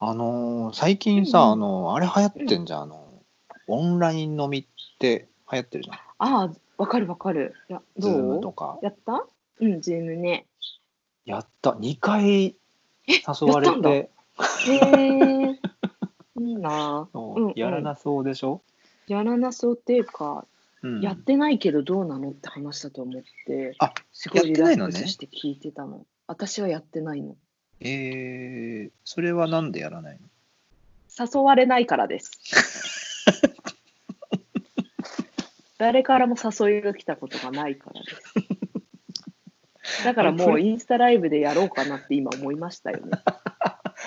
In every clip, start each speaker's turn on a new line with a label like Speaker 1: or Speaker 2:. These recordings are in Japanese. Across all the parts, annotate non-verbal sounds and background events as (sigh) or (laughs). Speaker 1: あのー最近
Speaker 2: う
Speaker 1: さ、
Speaker 2: ん
Speaker 1: あのーあれ流行ってんじゃん、あのーオンライン飲みって流行ってるじゃん。
Speaker 2: ああ、わかるわかる。いや、
Speaker 1: ズーム
Speaker 2: ど
Speaker 1: と
Speaker 2: う
Speaker 1: か。
Speaker 2: やったうん、ズームね。
Speaker 1: やった。2回誘われ
Speaker 2: やったんだ
Speaker 1: て、
Speaker 2: へえ。 (laughs) いいなあ。
Speaker 1: そう
Speaker 2: うんうん
Speaker 1: やらなそうでしょ、
Speaker 2: やらなそうっていうか、
Speaker 1: うん
Speaker 2: やってないけどどうなのって話だと思って、
Speaker 1: あ
Speaker 2: すごい
Speaker 1: やっ
Speaker 2: リ
Speaker 1: て
Speaker 2: ラ
Speaker 1: ない
Speaker 2: ッ
Speaker 1: のね
Speaker 2: クスして聞いてたの。私はやってないの。
Speaker 1: えー、それはなんでやらないの
Speaker 2: 誘われないから (laughs) です。誰からも誘いが来たことがないからです。だからもうインスタライブでやろうかなって今思いましたよ (laughs) ね。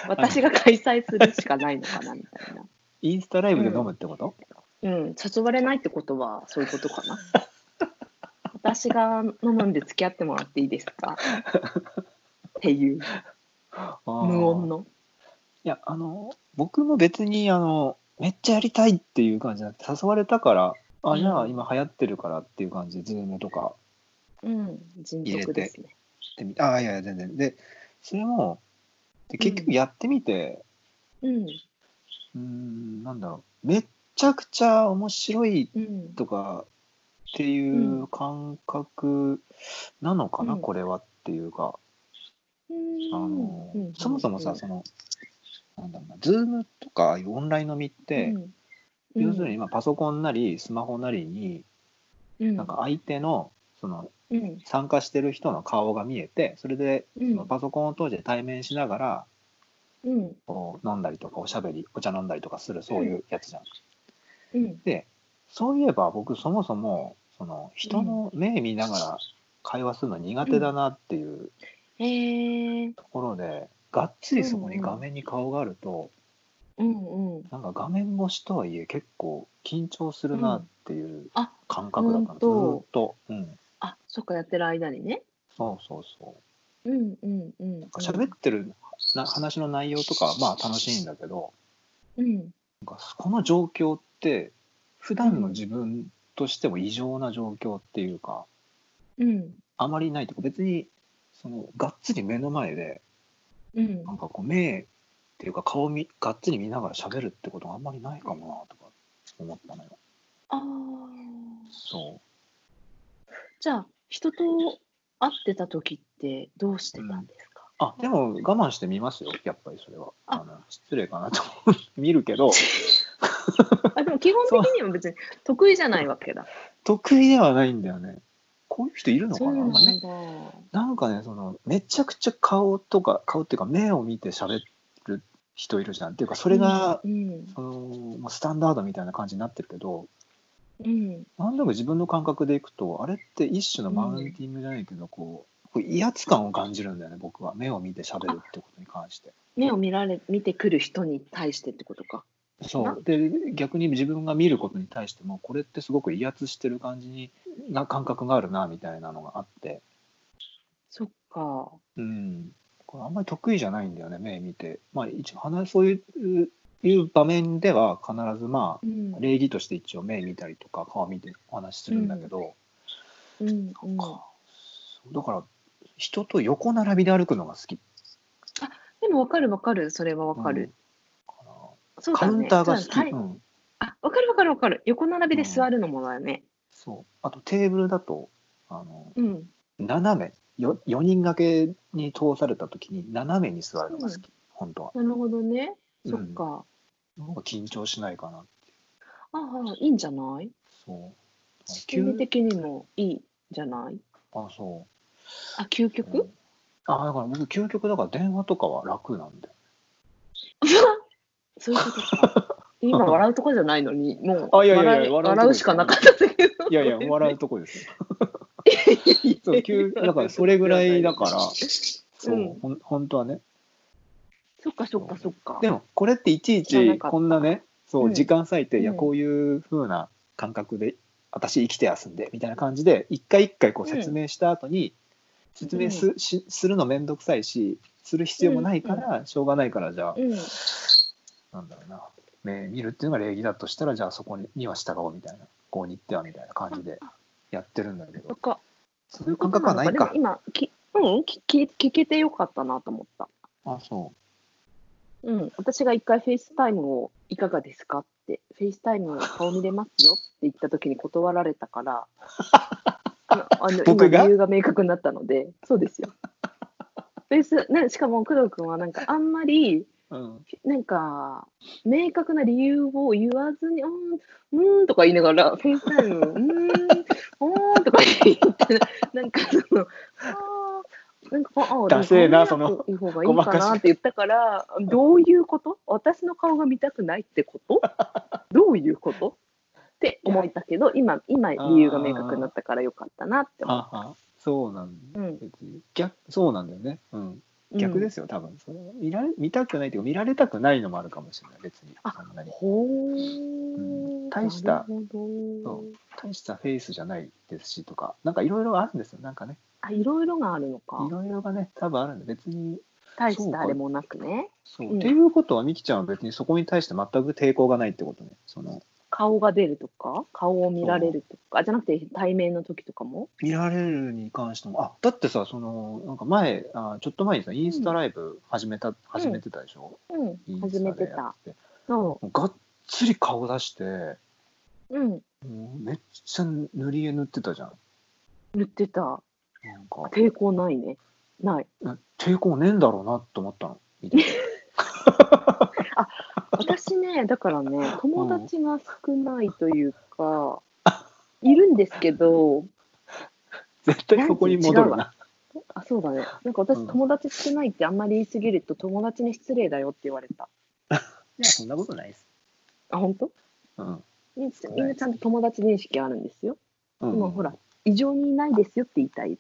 Speaker 2: 私が開催するしかないのかなみたいな。
Speaker 1: インスタライブで飲むってこと、
Speaker 2: うん、誘われないってことはそういうことかな。私が飲むんで付き合ってもらっていいですかっていう
Speaker 1: あー
Speaker 2: 無音の。
Speaker 1: いや、あのー僕も別に、あのーめっちゃやりたいっていう感じじゃなくて、誘われたから、あ、じゃあ
Speaker 2: うん
Speaker 1: 今流行ってるからっていう感じで、ズームとか。
Speaker 2: うん、人徳ですね。
Speaker 1: ってみあいやいや全然でそれもで結局やってみて
Speaker 2: うん、
Speaker 1: うーんなんだろうめっちゃくちゃ面白い
Speaker 2: うん。
Speaker 1: とかっていう感覚なのかな、
Speaker 2: うん
Speaker 1: これはっていうか、あの
Speaker 2: うん
Speaker 1: そもそもさ、
Speaker 2: うん
Speaker 1: そのなんだろうなズームとかああいうオンライン飲みって、
Speaker 2: うん
Speaker 1: 要するに今パソコンなりスマホなりに、なん、か相手のその
Speaker 2: うんうん
Speaker 1: 参加してる人の顔が見えてそれで
Speaker 2: う
Speaker 1: そ
Speaker 2: ん
Speaker 1: のパソコンを通じて対面しながら
Speaker 2: うん
Speaker 1: こう飲んだりとかおしゃべりお茶飲んだりとかするそういうやつじゃん。
Speaker 2: うん
Speaker 1: でそういえば僕そもそもその人の目見ながら会話するの苦手だなっていう
Speaker 2: へえ
Speaker 1: ところで、がっつりそこに画面に顔があると、
Speaker 2: うんうん
Speaker 1: なんか画面越しとはいえ結構緊張するなっていう
Speaker 2: あ
Speaker 1: 感覚だったの、
Speaker 2: ほん
Speaker 1: ず
Speaker 2: と
Speaker 1: ーっと。うん
Speaker 2: あそっかやってる間にね
Speaker 1: そうそうそう
Speaker 2: うんうんうん
Speaker 1: なんか喋ってるな話の内容とかはまあ楽しいんだけど
Speaker 2: うん
Speaker 1: なんかこの状況って普段の自分としても異常な状況っていうか、
Speaker 2: うん
Speaker 1: あまりないとか別にそのがっつり目の前で
Speaker 2: うん
Speaker 1: なんかこう目っていうか顔みがっつり見ながら喋るってことがあんまりないかもなとか思ったのよ。
Speaker 2: ああ
Speaker 1: そ
Speaker 2: じゃあ人と会ってた時ってどうしてたんですか、
Speaker 1: うあでも我慢して見ますよやっぱりそれは。
Speaker 2: あ
Speaker 1: あの失礼かなと思う見るけど (laughs)
Speaker 2: あでも基本的には別に得意じゃないわけだ
Speaker 1: 得意ではないんだよね。こういう人いるのか
Speaker 2: そう
Speaker 1: な
Speaker 2: なん
Speaker 1: ま
Speaker 2: だ
Speaker 1: あねなんかねそのめちゃくちゃ顔とか顔っていうか目を見て喋る人いるじゃんっていうかそれが、
Speaker 2: うん
Speaker 1: そのまあスタンダードみたいな感じになってるけど。
Speaker 2: うん
Speaker 1: なんだか自分の感覚でいくとあれって一種のマウンティングじゃないけど、こうこう威圧感を感じるんだよね僕は目を見て喋るってことに関して。
Speaker 2: 目を見られ見てくる人に対してってことか
Speaker 1: そうで逆に自分が見ることに対してもこれってすごく威圧してる感じにな感覚があるなみたいなのがあって、
Speaker 2: そっか
Speaker 1: うん、これあんまり得意じゃないんだよね目見て。まあ、一応話そういういう場面では必ずま
Speaker 2: う
Speaker 1: あ
Speaker 2: ん
Speaker 1: 礼儀として一応目見たりとか顔見てお話しするんだけど。
Speaker 2: うんう
Speaker 1: なん
Speaker 2: ん
Speaker 1: か、そうだから人と横並びで歩くのが好き
Speaker 2: でもわかるわかるそれはわかる、
Speaker 1: かな
Speaker 2: そうだ
Speaker 1: カ
Speaker 2: ね
Speaker 1: ウンターが好
Speaker 2: そう
Speaker 1: き、
Speaker 2: だね
Speaker 1: う
Speaker 2: はい
Speaker 1: ん、
Speaker 2: あわかるわかるわかる横並びで座るのもだよね
Speaker 1: そうあとテーブルだとあの
Speaker 2: うん、
Speaker 1: 斜めよ4人掛けに通された時に斜めに座るのが好き、本当は
Speaker 2: なるほどねそっ
Speaker 1: うん
Speaker 2: か、
Speaker 1: の方が緊張しないかな
Speaker 2: ああいいんじゃない
Speaker 1: そう
Speaker 2: 心理的にもいいじゃない
Speaker 1: あそ
Speaker 2: あ究
Speaker 1: う、う
Speaker 2: 極、
Speaker 1: んあだから僕究極だから電話とかは楽なんで
Speaker 2: そういうこ
Speaker 1: (laughs)
Speaker 2: とか今笑うとこじゃないのにもう
Speaker 1: あいやいやいや
Speaker 2: 笑い
Speaker 1: 笑うとこ
Speaker 2: 笑うしかなかったんだけど
Speaker 1: いやいや笑うとこですよ
Speaker 2: い
Speaker 1: そう究だからそれぐらいだからそう、
Speaker 2: うん
Speaker 1: ほん本当はね
Speaker 2: そっかそっかそっか
Speaker 1: でもこれっていちい
Speaker 2: 知らな
Speaker 1: ち
Speaker 2: かった
Speaker 1: こんなねそううん時間割いて、いや
Speaker 2: うん
Speaker 1: こういう風な感覚で私生きてやすんでみたいな感じで一回一回こう説明した後に、説明す,、しするの面倒くさいしする必要もないから、しょうがないからじゃあ、
Speaker 2: うん
Speaker 1: なんだろうな目見るっていうのが礼儀だとしたらじゃあそこにには従おうみたいなこうに行ってはみたいな感じでやってるんだけ
Speaker 2: そ
Speaker 1: ど
Speaker 2: っか
Speaker 1: そういう感覚はない
Speaker 2: でも
Speaker 1: か。
Speaker 2: 今きうん聞き聞けてよかったなと思った
Speaker 1: あそ
Speaker 2: うん、私が一回フェイスタイムをいかがですかって、フェイスタイムを顔見れますよって言った時に断られ
Speaker 1: (laughs)
Speaker 2: たから、あのあの
Speaker 1: 僕が
Speaker 2: 今理由が明確になったので、そうですよ。フェイス、ね、しかも工藤君はなんかあんまり、
Speaker 1: うん、
Speaker 2: なんか、明確な理由を言わずに、うーん、うーんとか言いながら、フェイスタイム、うーん、うーんとか言って、なんかその、あーなんかあー
Speaker 1: ダセーな
Speaker 2: で
Speaker 1: その
Speaker 2: もこんなやつの方がいいかなって言ったから、どういうこと私の顔が見たくないってことどういうことって思ったけど、今、今、理由が明確になったからよかったなって思う。
Speaker 1: ああそうなん
Speaker 2: うん。
Speaker 1: 別に逆そうなんだよね、うん、逆ですすよ多分それは見られ見たくないっていうか見られたくないのもあるかもしれない別に
Speaker 2: あ
Speaker 1: そんなに
Speaker 2: ほ
Speaker 1: うん
Speaker 2: ー。
Speaker 1: 大した
Speaker 2: なるほど
Speaker 1: そう大したフェイスじゃないですしとかなんかいろいろあるんですよなんかね
Speaker 2: あ、いろいろがあるのか
Speaker 1: い。ろいろがね多分あるんで別に
Speaker 2: 大したあれもなくね。
Speaker 1: そう、
Speaker 2: うん
Speaker 1: っていうことはみきちゃんは別にそこに対して全く抵抗がないってことねその
Speaker 2: 顔が出るとか、顔を見られるとか、あじゃなくて対面の時とかも。
Speaker 1: 見られるに関してもあだってさそのなんか前あちょっと前にさインスタライブ始めた、始めてたでしょ、
Speaker 2: うん、
Speaker 1: インス
Speaker 2: 始
Speaker 1: タで
Speaker 2: めて
Speaker 1: や
Speaker 2: た
Speaker 1: っ。てて
Speaker 2: そ
Speaker 1: もうがっつり顔出して
Speaker 2: う。うん、
Speaker 1: もうめっちゃ塗り絵塗ってたじゃん
Speaker 2: 言ってた。
Speaker 1: なんか
Speaker 2: 抵抗ないね。ない。
Speaker 1: な抵抗ねえんだろうなと思ったの見て
Speaker 2: (laughs)
Speaker 1: て
Speaker 2: 私ね、だから (laughs) ね、友達が少ないという (laughs) か、いるんですけど、
Speaker 1: 絶対そこに戻るな
Speaker 2: あ、そうだね。なんか私、
Speaker 1: うん
Speaker 2: 友達少ないってあんまり言いすぎると、友達に失礼だよって言われた。
Speaker 1: いやそんなことないです
Speaker 2: あ、本当
Speaker 1: うん
Speaker 2: みんみんなちゃんと友達認識あるんですよ。
Speaker 1: う
Speaker 2: で
Speaker 1: ん
Speaker 2: もほら、異常にいないですよって言いたい。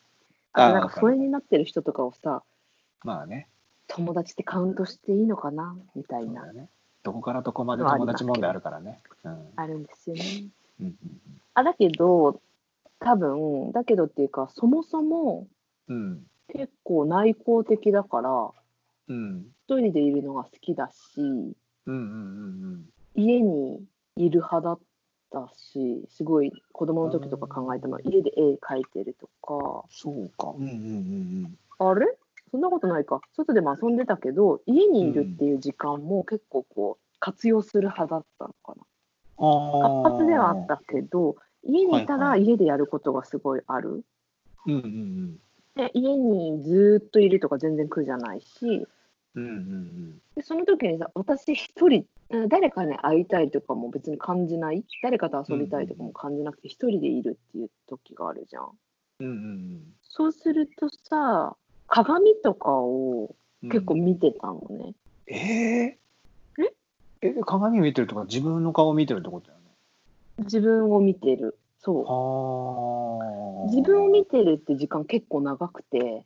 Speaker 1: あー
Speaker 2: あとなんか、それになってる人とかをさ、
Speaker 1: まあね
Speaker 2: 友達ってカウントしていいのかなみたい
Speaker 1: そう
Speaker 2: な
Speaker 1: だ、よねどこからどこまで友達問題あるからねうんうん
Speaker 2: あるんですよね。
Speaker 1: うん
Speaker 2: あだけど、多分だけどっていうか、そもそも
Speaker 1: うん
Speaker 2: 結構内向的だから、
Speaker 1: うん
Speaker 2: 一人でいるのが好きだし、
Speaker 1: うんうんうん
Speaker 2: 家にいる派だったし、すごい子供の時とか考えても、
Speaker 1: うん
Speaker 2: 家で絵描いてると
Speaker 1: そうかうんうんうん
Speaker 2: か、あれそんなことないか、外でも遊んでたけど、家にいるっていう時間も結構こう、活用する派だったのかな。
Speaker 1: うん
Speaker 2: 活発ではあったけど家にいた
Speaker 1: は
Speaker 2: ら
Speaker 1: い
Speaker 2: 家でやることがすごいある、
Speaker 1: うんうん
Speaker 2: で家にずーっといるとか全然苦じゃないし
Speaker 1: うんうんうん
Speaker 2: でその時にさ私一人うん誰かに会いたいとかも別に感じない誰かと遊びたいとかも感じなくて一人でいるっていう時があるじゃん
Speaker 1: うんうん
Speaker 2: そうするとさ鏡とかを
Speaker 1: うん
Speaker 2: 結構見てたのね、
Speaker 1: えー、え鏡見てるとか自分の顔見てるってことだよね
Speaker 2: 自分を見てるそ
Speaker 1: はあ
Speaker 2: う自分を見てるって時間結構長くて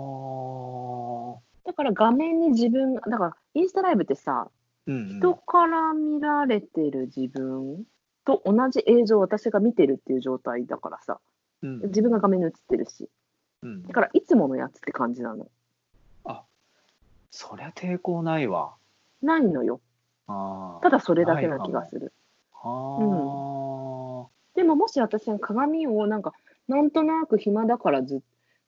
Speaker 1: はあ
Speaker 2: だから画面に自分がだからインスタライブってさ
Speaker 1: うん
Speaker 2: 人から見られてる自分と同じ映像を私が見てるっていう状態だからさ
Speaker 1: うん
Speaker 2: 自分が画面に映ってるし
Speaker 1: うん
Speaker 2: だからいつものやつって感じなの
Speaker 1: そりゃ抵抗ないわ
Speaker 2: ないのよ
Speaker 1: あー
Speaker 2: ただそれだけな気がする
Speaker 1: はあ
Speaker 2: でももし私が鏡をなんかなんとなく暇だからず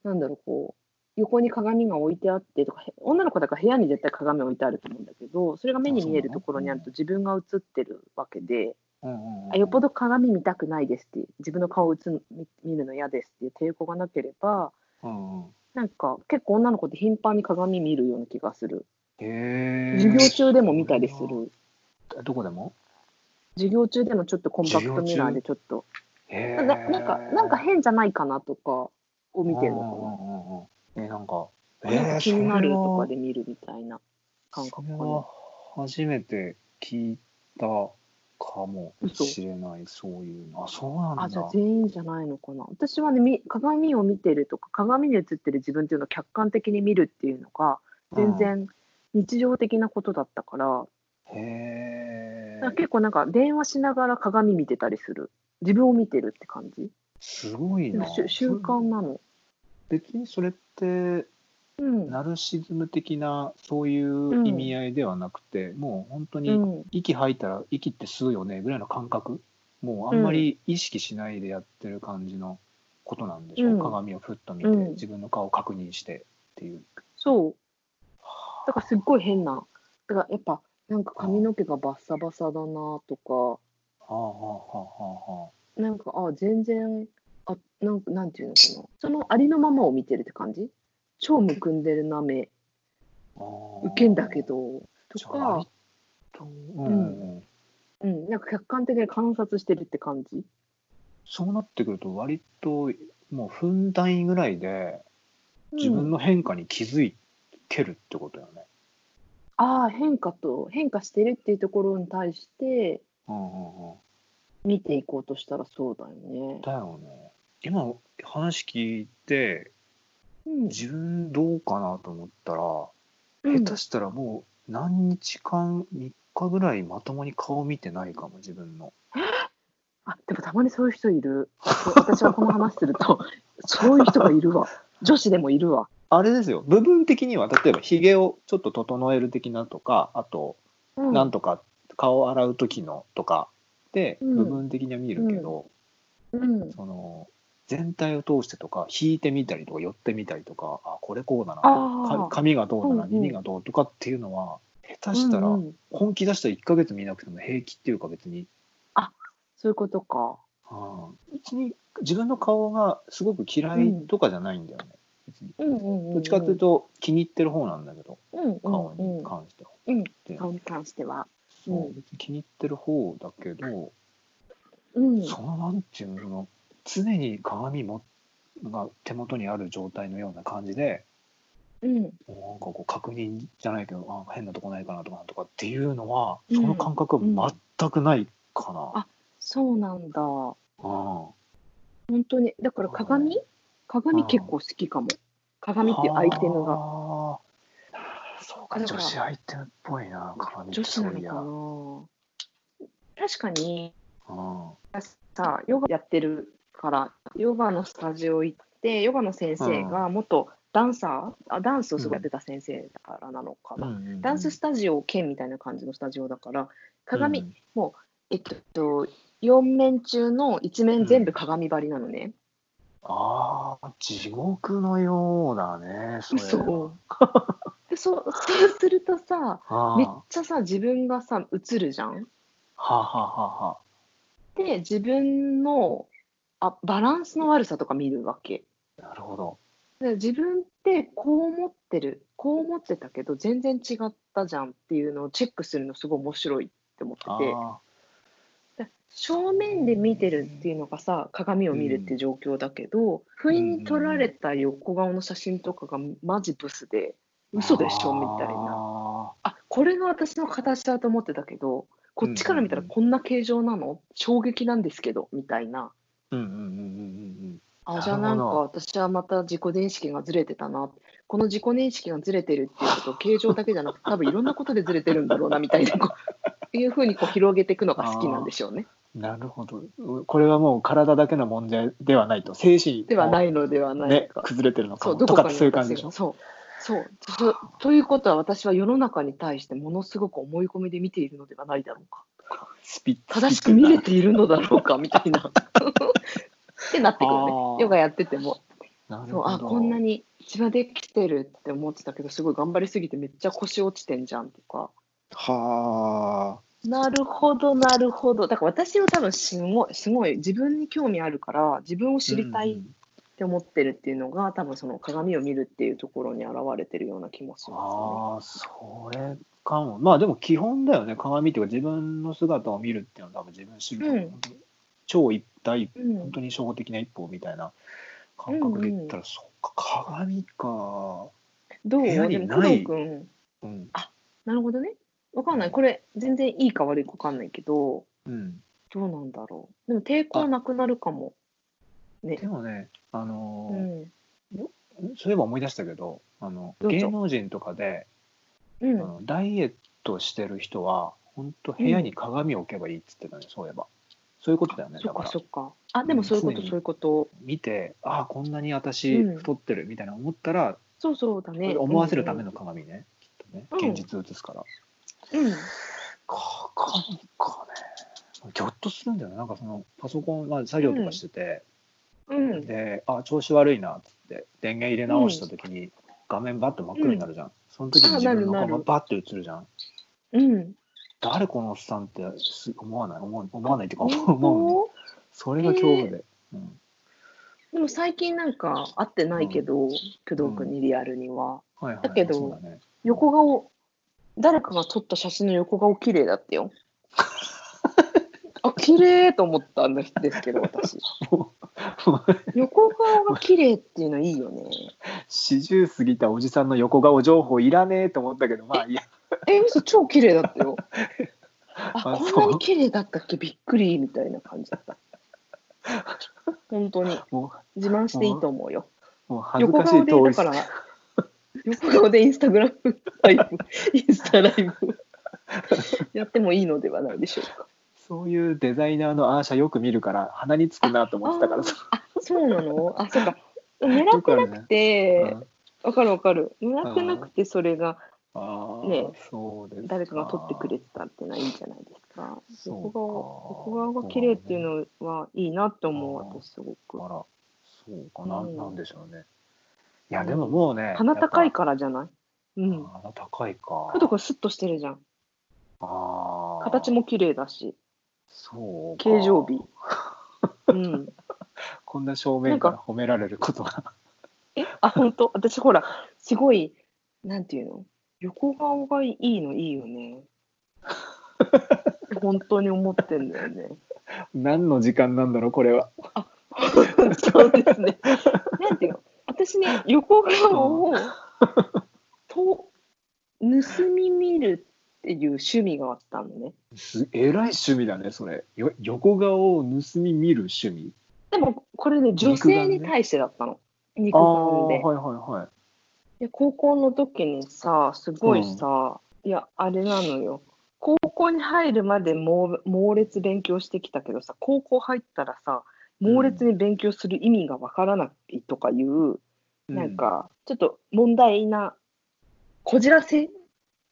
Speaker 2: なんだろうこう横に鏡が置いてあってとかへ女の子だから部屋に絶対鏡置いてあると思うんだけどそれが目に見えるところにあると自分が映ってるわけで、
Speaker 1: うんうんうん
Speaker 2: あよっぽど鏡見たくないですって自分の顔を映ん見見るの嫌ですっていう抵抗がなければ
Speaker 1: うんうん
Speaker 2: なんか結構女の子って頻繁に鏡見るような気がする
Speaker 1: へえ
Speaker 2: 授業中でも見たりする
Speaker 1: どこでも
Speaker 2: 授業中でもちょっとコンパクトミラーでちょっと
Speaker 1: へ
Speaker 2: な
Speaker 1: え
Speaker 2: ななんかなんか変じゃないかなとかを見てるの
Speaker 1: のかなえなんか
Speaker 2: かななんか気になるとか
Speaker 1: で
Speaker 2: で見るみたいな感覚か
Speaker 1: それは
Speaker 2: な
Speaker 1: 初めて聞いたかもしれないそういうのあそうなんだ
Speaker 2: あじゃあ全員じゃないのかな私はねみ鏡を見てるとか鏡に映ってる自分っていうのを客観的に見るっていうのが全然日常的なことだったから、
Speaker 1: うんへ
Speaker 2: なんか
Speaker 1: え
Speaker 2: 結構なんか電話しながら鏡見てたりする自分を見てるって感じ
Speaker 1: すごいな
Speaker 2: しゅ習慣なの
Speaker 1: 別にそれって
Speaker 2: うん
Speaker 1: ナルシズム的なそういう意味合いではなくて、もう本当
Speaker 2: う
Speaker 1: に
Speaker 2: ん
Speaker 1: 息吐いたら息って吸うよねぐらいの感覚もうあんまり意識しないでやってる感じのことなんでしょう、
Speaker 2: うん
Speaker 1: 鏡をふっと見て、
Speaker 2: うん
Speaker 1: 自分の顔を確認してっていう
Speaker 2: そうだからすっごい変なだからやっぱなんか髪の毛がバッサバサだなとか
Speaker 1: あはあはあはあは
Speaker 2: なんかあ全然あなんかなんていうのかなそのありのままを見てるって感じ超むくんでるな目
Speaker 1: あ。
Speaker 2: 受けんだけどと
Speaker 1: じゃあ
Speaker 2: か
Speaker 1: 割、と。うんうん。
Speaker 2: うん、なんか客観的に観察してるって感じ
Speaker 1: そうなってくると割ともう分単位ぐらいで自分の
Speaker 2: の
Speaker 1: 変化に気づけるってことよね。
Speaker 2: ああ変化と変化してるっていうところに対して
Speaker 1: うんうんうん。
Speaker 2: 見ていこうとしたらそうだよね。
Speaker 1: だよね。今話聞いて
Speaker 2: うん
Speaker 1: 自分どうかなと思ったら、
Speaker 2: うん
Speaker 1: 下手したらもう何日間3日ぐらいまともに顔見てないかも自分の。
Speaker 2: あでもたまにそういう人いる。私はこの話する
Speaker 1: (laughs)
Speaker 2: とそういう人がいるわ。女子でもいるわ。
Speaker 1: あれですよ部分的には例えばひげをちょっと整える的なとかあと
Speaker 2: うん、
Speaker 1: なんとか顔を洗う時のとかで
Speaker 2: うん
Speaker 1: 部分的には見るけど、
Speaker 2: うん、
Speaker 1: その全体を通してとか引いてみたりとか寄ってみたりとかあこれこうだな
Speaker 2: あー
Speaker 1: か髪がどうだな
Speaker 2: うんうん
Speaker 1: 耳がどうとかっていうのは下手したら
Speaker 2: うんうん
Speaker 1: 本気出したら1ヶ月見なくても平気っていうか別に、
Speaker 2: そういうことか。
Speaker 1: うん別に自分の顔がすごく嫌いとかじゃないんだよね、別に
Speaker 2: うんうんうん、
Speaker 1: どっちかっていうと気に入ってる方なんだけど
Speaker 2: うんうんうん、
Speaker 1: 顔に関しては。
Speaker 2: うん
Speaker 1: で
Speaker 2: 顔に関しては。
Speaker 1: そううん別に気に入ってる方だけど、
Speaker 2: うん、
Speaker 1: そのなんていうのその常に鏡もが手元にある状態のような感じで
Speaker 2: う
Speaker 1: もう
Speaker 2: ん、
Speaker 1: なんかこう確認じゃないけどあ変なとこないかなとかなんとかっていうのは
Speaker 2: うん
Speaker 1: その感覚は全くないかな
Speaker 2: あ。そうなんだ。本
Speaker 1: うん
Speaker 2: 当にだから鏡鏡結構好きかも。鏡っていうアイテムが
Speaker 1: あーそうか
Speaker 2: だか
Speaker 1: 女
Speaker 2: ら
Speaker 1: 子アイテムっぽいな鏡って
Speaker 2: 女子
Speaker 1: そ
Speaker 2: な
Speaker 1: ういや。うん
Speaker 2: のかな。確かにさヨガやってるからヨガのスタジオ行ってヨガの先生が元ダンサー、あダンスをすごいやってた先生だからなのかな、
Speaker 1: うんうんうん
Speaker 2: ダンススタジオ兼みたいな感じのスタジオだから鏡、
Speaker 1: うん
Speaker 2: えっと4面中の1面全部鏡張りなのね、
Speaker 1: あー地獄のようだねそれは
Speaker 2: 嘘 (laughs) でそうそうするとさ
Speaker 1: あー
Speaker 2: めっちゃさ自分がさ映るじゃん。
Speaker 1: はあはあはあはあ
Speaker 2: で自分のあバランスの悪さとか見るわけ。
Speaker 1: なるほど。
Speaker 2: で自分ってこう思ってるこう思ってたけど全然違ったじゃんっていうのをチェックするのすごい面白いって思
Speaker 1: あ
Speaker 2: っててで正面で見てるっていうのがさ鏡を見るっていう状況だけど、不意に撮られた横顔の写真とかがマジブスで
Speaker 1: ー
Speaker 2: 嘘でしょみたいな。
Speaker 1: あ
Speaker 2: あこれが私の形だと思ってたけどこっちから見たら
Speaker 1: うんうんうん
Speaker 2: こんな形状なの、衝撃なんですけどみたいな
Speaker 1: ーうんうんうんうんな
Speaker 2: あ
Speaker 1: るほど
Speaker 2: じゃあなんか私はまた自己認識がずれてたなこの自己認識がずれてるっていうこと形状だけじゃなく
Speaker 1: (laughs)
Speaker 2: て多分いろんなことでずれてるんだろうなみたいなこういうふうにこう広げていくのが好きなんでしょうね
Speaker 1: うん。なるほど。これはもう体だけの問題ではないと、精神。
Speaker 2: ではないいのではない
Speaker 1: ね
Speaker 2: か、、
Speaker 1: 崩れてるのか
Speaker 2: そう
Speaker 1: も
Speaker 2: ど
Speaker 1: と
Speaker 2: こ
Speaker 1: か
Speaker 2: か
Speaker 1: っ
Speaker 2: に
Speaker 1: てそ
Speaker 2: 私
Speaker 1: ういう感じでしょ
Speaker 2: が。そうそうそということは私は世の中に対してものすごく思い込みで見ているのではないだろうか
Speaker 1: スピッ
Speaker 2: 正しく見れているのだろうかみたいな。 (laughs) ってなってくる
Speaker 1: あ
Speaker 2: ね
Speaker 1: ー。
Speaker 2: ヨガやってても
Speaker 1: なる
Speaker 2: そう
Speaker 1: ほど。
Speaker 2: あこんなに血はできてるって思ってたけどすごい頑張りすぎてめっちゃ腰落ちてんじゃんとか
Speaker 1: は
Speaker 2: なるほどなるほどだから私は多分すごいすごい自分に興味あるから自分を
Speaker 1: あ。
Speaker 2: 知りた
Speaker 1: うんう
Speaker 2: い
Speaker 1: ん
Speaker 2: って思ってるっていうのが、多分その鏡を見るっていうところに現れてるような気もしま
Speaker 1: ああ、それかも。まあでも基本だよね。鏡っていうか自分の姿を見るっていうのは多分自分知ると、
Speaker 2: うん
Speaker 1: 本当に超一体
Speaker 2: すね。
Speaker 1: 本当に初歩的な一歩みたいな感覚で言ったら、そっか鏡か。
Speaker 2: うん、どう
Speaker 1: 部屋
Speaker 2: で
Speaker 1: に
Speaker 2: も
Speaker 1: な
Speaker 2: 工
Speaker 1: い
Speaker 2: 藤君
Speaker 1: うん。
Speaker 2: なるほどねわかんないこれ全然いいか悪いかわかんないけど。
Speaker 1: うん。
Speaker 2: どうなんだろう。でも抵抗なくなるかも。ね
Speaker 1: で。もね、あの
Speaker 2: う
Speaker 1: ー
Speaker 2: ん。
Speaker 1: そういえば思い出したけどあの
Speaker 2: どうぞ
Speaker 1: 芸能人とかで、
Speaker 2: う
Speaker 1: あ
Speaker 2: ん。
Speaker 1: のダイエットしてる人は本当部屋に鏡を置けばいいっつってたね、そういえばそういうことだよね
Speaker 2: そ
Speaker 1: だ
Speaker 2: っ
Speaker 1: か
Speaker 2: からそっか。あ、でもそういうこ
Speaker 1: 常
Speaker 2: と、
Speaker 1: に
Speaker 2: そういうこと。
Speaker 1: 見てああこんなに私
Speaker 2: うん
Speaker 1: 太ってるみたいな思ったら、
Speaker 2: そうそうだ
Speaker 1: それ
Speaker 2: ね。
Speaker 1: 思わせるための
Speaker 2: の。
Speaker 1: 鏡ね、きっと
Speaker 2: う
Speaker 1: ね
Speaker 2: ん
Speaker 1: 現実を映すから、
Speaker 2: うん。
Speaker 1: 鏡かねぎょっとするんだよねなんかそのパソコン、まあ、作業とかしてて、
Speaker 2: うん。
Speaker 1: であ調子悪いなっつって電源入れ直した時に、画面バッと真っ黒になるじゃん、その時に自分の顔
Speaker 2: あなるな
Speaker 1: が
Speaker 2: る
Speaker 1: バッと映るじゃん
Speaker 2: うん。
Speaker 1: 誰このおっさんってす思わない思わ思わないっていうか
Speaker 2: 本
Speaker 1: 思うね
Speaker 2: 当
Speaker 1: それが恐怖で、うん、
Speaker 2: でも最近なんか会ってないけど、工藤君にリアルには。
Speaker 1: はいはい
Speaker 2: だけど
Speaker 1: そうだね
Speaker 2: 横顔、誰かが撮った写真の横顔綺麗だったよ。あ、綺麗と思ったんですけど、私。
Speaker 1: もうも (laughs) う
Speaker 2: 横顔が綺麗っていうのいいよね。
Speaker 1: 40過ぎたおじさんの横顔情報いらねえと思ったけどまあいいや
Speaker 2: え、嘘、超綺麗だったよ。あ、
Speaker 1: あ
Speaker 2: こん
Speaker 1: そ
Speaker 2: な
Speaker 1: う
Speaker 2: に綺麗だったっけびっくりみたいな感じだった。本当に。
Speaker 1: も
Speaker 2: 自慢していいと思うよ。
Speaker 1: うもう恥ず
Speaker 2: 横
Speaker 1: かし
Speaker 2: 顔
Speaker 1: い
Speaker 2: で、
Speaker 1: 通り
Speaker 2: だから、横顔でインスタグラムライブ、インスタライブやってもいいのではないでしょうか。
Speaker 1: そういうデザイナーのアーシャよく見るから鼻につくなと思ってたからさ、
Speaker 2: あ、そうなの
Speaker 1: (laughs)
Speaker 2: あ、そうか。狙ってなく
Speaker 1: う
Speaker 2: て、
Speaker 1: ん
Speaker 2: わかるわかる。狙ってなくて、それが
Speaker 1: ああ、
Speaker 2: ね
Speaker 1: そうですか
Speaker 2: 誰かが撮ってくれてたってのはいいんじゃないですか。
Speaker 1: そう
Speaker 2: 横
Speaker 1: か
Speaker 2: 顔、横顔が綺麗っていうのはいいなと思
Speaker 1: あ
Speaker 2: う、
Speaker 1: ー
Speaker 2: 私すごく。
Speaker 1: あらそうかな、
Speaker 2: うん
Speaker 1: なんでしょうねいやでももうね
Speaker 2: 鼻高
Speaker 1: や
Speaker 2: い
Speaker 1: っぱ
Speaker 2: からじゃないうん。
Speaker 1: 鼻高いか
Speaker 2: ふとこれスッとしてるじゃん。
Speaker 1: あー
Speaker 2: 形も綺麗だし、
Speaker 1: そうか
Speaker 2: 形状美。うん。
Speaker 1: こんな正面から褒められることが
Speaker 2: え、あ、本当私ほら、すごい、なんていうの横顔がいいのいい
Speaker 1: (laughs)
Speaker 2: よね。本当に思ってんだよね。
Speaker 1: (laughs) 何の時間なんだろうこれは
Speaker 2: そうで
Speaker 1: (laughs)
Speaker 2: すね。なんていうの私ね、横顔を、と、盗み見るっていう趣味があったのね。
Speaker 1: すえらい趣味だねそれよ横顔を盗み見る趣味
Speaker 2: でも、これね、女性に対してだったの。肉
Speaker 1: あ
Speaker 2: 眼
Speaker 1: あ
Speaker 2: で。
Speaker 1: はいはいはい
Speaker 2: で高校の時にさすごいさ、いやあれなのよ高校に入るまで猛猛烈勉強してきたけどさ高校入ったらさ猛烈に勉強する意味がわからないとかいう、
Speaker 1: う
Speaker 2: なんかちょっと問題なこじらせ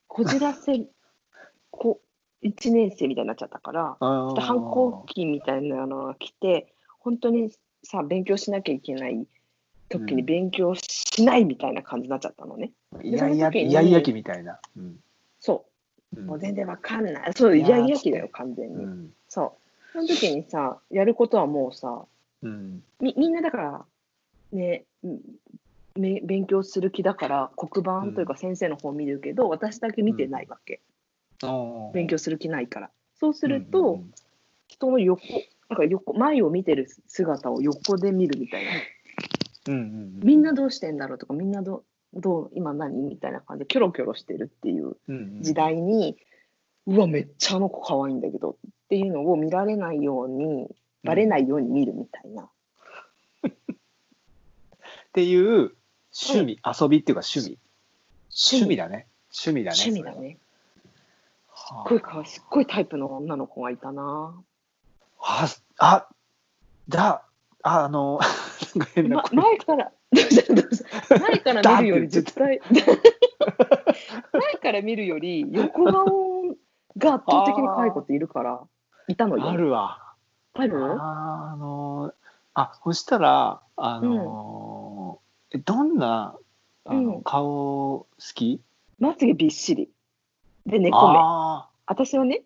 Speaker 2: こじ
Speaker 1: (laughs)
Speaker 2: らせこ1年生みたいになっちゃったから
Speaker 1: あ
Speaker 2: ちょっ
Speaker 1: ー
Speaker 2: と反抗期みたいなのが来て本当にさ勉強しなきゃいけない時に
Speaker 1: うん
Speaker 2: 勉強しないみたいな感じになっちゃったのね。
Speaker 1: いやいや
Speaker 2: その時に
Speaker 1: いやいや期みたいなうん
Speaker 2: そうう、
Speaker 1: ん
Speaker 2: もう全然わかんない。そう、
Speaker 1: い
Speaker 2: イ
Speaker 1: やー
Speaker 2: ヤイヤ期だよ、完全
Speaker 1: う
Speaker 2: に。
Speaker 1: ん
Speaker 2: そう。その時にさ、やることはもうさ、
Speaker 1: うん
Speaker 2: みみんなだから、ね、うんめ勉強する気だから、黒板というか先生の方見るけど、私だけ見てないわけ。勉強する気ないから。そうすると、
Speaker 1: うんうんうん
Speaker 2: 人の横、なんか横、前を見てる姿を横で見るみたいな。
Speaker 1: うんうんうん
Speaker 2: みんなどうしてんだろうとか、みんなどう、どう、今何みたいな感じで、キョロキョロしてるっていう。
Speaker 1: うんうん
Speaker 2: 時代に、うわめっちゃあの子可愛いんだけどっていうのを見られないようにバレないように見るみたいな、
Speaker 1: っていう趣味、遊びっていうか趣味趣味だね趣味だね
Speaker 2: 趣味だね
Speaker 1: それ
Speaker 2: す
Speaker 1: は
Speaker 2: っごいかわいすっごいタイプの女の子がいたな、
Speaker 1: はあだああの (laughs) なんか変な
Speaker 2: (laughs) ま、
Speaker 1: 声
Speaker 2: 前からどうしたどうした前から見るより絶対前から見るより横顔が圧倒的に可愛い子っているからいたのよ
Speaker 1: あるわ
Speaker 2: ある
Speaker 1: あーあのーあそしたらあのー、えどんなあの、
Speaker 2: うん
Speaker 1: 顔好き
Speaker 2: まつげびっしりで猫目
Speaker 1: あ
Speaker 2: 私はね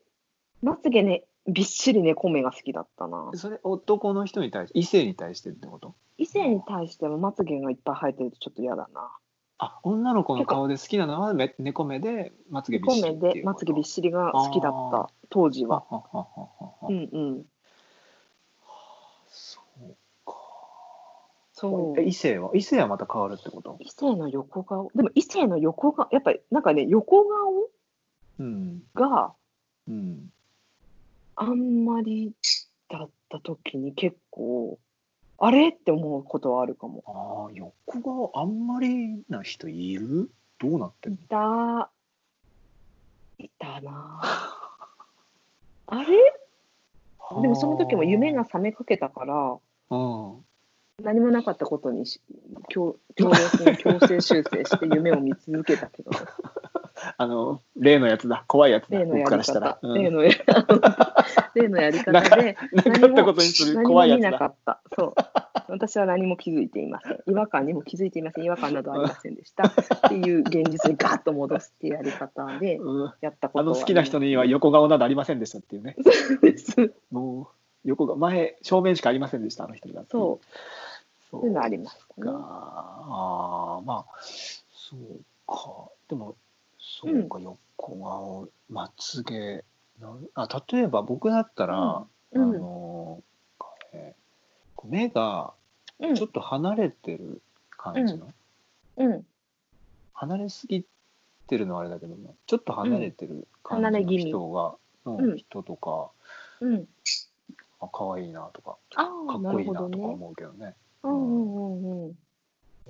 Speaker 2: まつげねびっしり猫目が好きだったな
Speaker 1: あそれ男の人に対して異性に対してってこと
Speaker 2: 異性に対してもまつげがいっぱい生えてるとちょっと嫌だな。
Speaker 1: あ女の子の顔で好きなのはめ猫目でまつげびっ
Speaker 2: コ
Speaker 1: しり
Speaker 2: メ
Speaker 1: って
Speaker 2: で
Speaker 1: いうこと
Speaker 2: まつげびっしりが好きだっ
Speaker 1: あ
Speaker 2: た当時
Speaker 1: は
Speaker 2: は。
Speaker 1: ははははは
Speaker 2: うんうん。
Speaker 1: そうか
Speaker 2: そう
Speaker 1: え。異性は異性はまた変わるってこと
Speaker 2: 異性の横顔。でも異性の横顔、やっぱりなんかね、横顔
Speaker 1: うん
Speaker 2: が
Speaker 1: うん
Speaker 2: あんまりだった時に結構、あれって思うことはあるかも。
Speaker 1: ああ横顔あんまりな人いるどうなってん
Speaker 2: い
Speaker 1: の
Speaker 2: た、いたな (laughs) ぁ。あれでもその時も夢が覚めかけたから、
Speaker 1: うん
Speaker 2: 何もなかったことにし強強烈に強制修正して夢を見続けた
Speaker 1: (laughs)
Speaker 2: けど
Speaker 1: あの例のやつだ怖いやつだ
Speaker 2: 例の
Speaker 1: 僕
Speaker 2: やり
Speaker 1: からしたら
Speaker 2: 方、、
Speaker 1: うん
Speaker 2: 例のや例のやり
Speaker 1: な
Speaker 2: 方 (laughs)
Speaker 1: か
Speaker 2: で
Speaker 1: なかったことにする怖いやつ
Speaker 2: 何も見なか
Speaker 1: だ
Speaker 2: ったそう (laughs) 私は何も気づいていません。違和感にも気づいていません。違和感などありません
Speaker 1: (laughs)
Speaker 2: でした。っていう現実にガーッと戻すっていうやり方で
Speaker 1: うん
Speaker 2: やったこ
Speaker 1: あ
Speaker 2: と
Speaker 1: の
Speaker 2: は
Speaker 1: 好きな人には横顔などありませんでしたっていうね。
Speaker 2: です。
Speaker 1: もう横が前正面しかありませんでしたあの人が。
Speaker 2: そうう、
Speaker 1: ん。
Speaker 2: そういうのあ
Speaker 1: り
Speaker 2: りますね
Speaker 1: か。。ああまあそうか。でもそうか、横顔まつげなんあ例えば僕だったら、
Speaker 2: うんうん
Speaker 1: あのえー目が
Speaker 2: うん
Speaker 1: ちょっと離れてる感じの、
Speaker 2: うん、
Speaker 1: 離れすぎてるのはあれだけどもちょっと離れてる感じ
Speaker 2: 離れ
Speaker 1: の
Speaker 2: 気味
Speaker 1: 人が、の
Speaker 2: うん
Speaker 1: 人とか、
Speaker 2: うん。
Speaker 1: あ可愛いなとか
Speaker 2: あ
Speaker 1: か
Speaker 2: あ、
Speaker 1: っ
Speaker 2: な
Speaker 1: こ
Speaker 2: る
Speaker 1: いい
Speaker 2: ほ
Speaker 1: なと
Speaker 2: ど
Speaker 1: か
Speaker 2: ね。
Speaker 1: 思うけどね
Speaker 2: うんうんうんうん。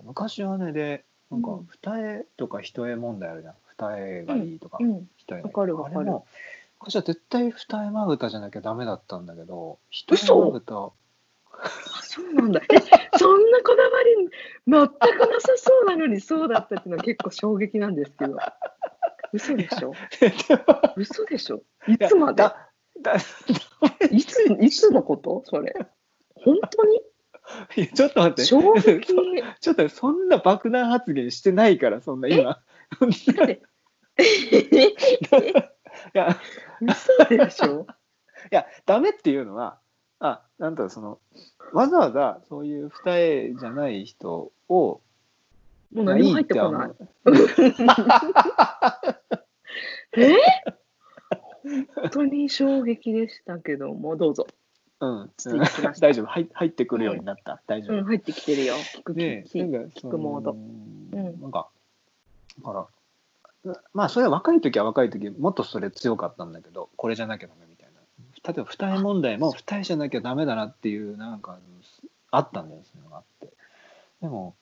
Speaker 1: 昔はねでなんか
Speaker 2: うん
Speaker 1: 二重とか一重問題あるじゃん二重がいいとか、
Speaker 2: うん、
Speaker 1: 一重がいい
Speaker 2: わかるわかる
Speaker 1: あれも昔は絶対二重まぶたじゃなきゃダメだったんだけど一重まぶた
Speaker 2: あそうなんだ。え、そんなこだわり全くなさそうなのにそうだったっていうのは結構衝撃なんですけど。嘘でしょ嘘でしょいつまで
Speaker 1: だだ
Speaker 2: いついつのことそれ。本当に
Speaker 1: いやちょっと待って
Speaker 2: 衝撃。
Speaker 1: ちょっとそんな爆弾発言してないからそんな今 (laughs)
Speaker 2: だってえ
Speaker 1: いや
Speaker 2: 嘘でしょ
Speaker 1: いや、ダメっていうのは、あ、なんだろうその、わざわざそういう二重じゃない人を、
Speaker 2: もう何も入ってこない。え本当に衝撃でしたけども、どうぞ。
Speaker 1: うん、
Speaker 2: 失礼しまし
Speaker 1: (laughs)
Speaker 2: た
Speaker 1: 大丈夫、入入ってくるようになった、大丈
Speaker 2: う
Speaker 1: 夫。
Speaker 2: ん、入ってきてるよ。聞く聞
Speaker 1: で
Speaker 2: く、
Speaker 1: な
Speaker 2: 聞
Speaker 1: ん
Speaker 2: く。
Speaker 1: か、そ
Speaker 2: くモード
Speaker 1: の
Speaker 2: うん
Speaker 1: なんか、だから、まあ、それは若い時は若い時もっとそれ強かったんだけど、これじゃなきゃダメみたいな。例えば、二重問題も二重じゃなきゃダメだなっていう、なんか、あったんだよ、そういうのがあって。でも、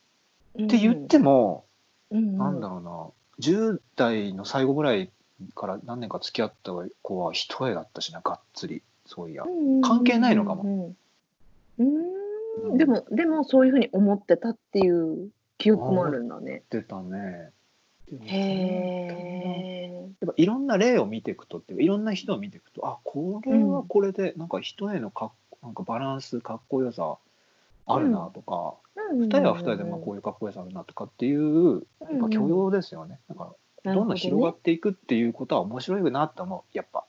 Speaker 1: って言っても、
Speaker 2: うん、
Speaker 1: なんだろうな10代の最後ぐらいから何年か付き合った子は一重だったしながっつりそういや関係ないのか
Speaker 2: も。うんうんでも、でもそういうふうに思ってたっていう記憶もあるんだね。
Speaker 1: 言ってたねでもやっ
Speaker 2: へえ。
Speaker 1: ぱいろんな例を見ていくとっていうかいろんな人を見ていくとあこれはこれでなんか一重のかっなんかバランスかっこよさあるなとか、二重は二重でまあこういうかっこよさあるなとかっていう
Speaker 2: う
Speaker 1: やっぱ許容ですよね、だからどんどん広が
Speaker 2: っ
Speaker 1: っていくっていうことは面白いなって思うやっぱ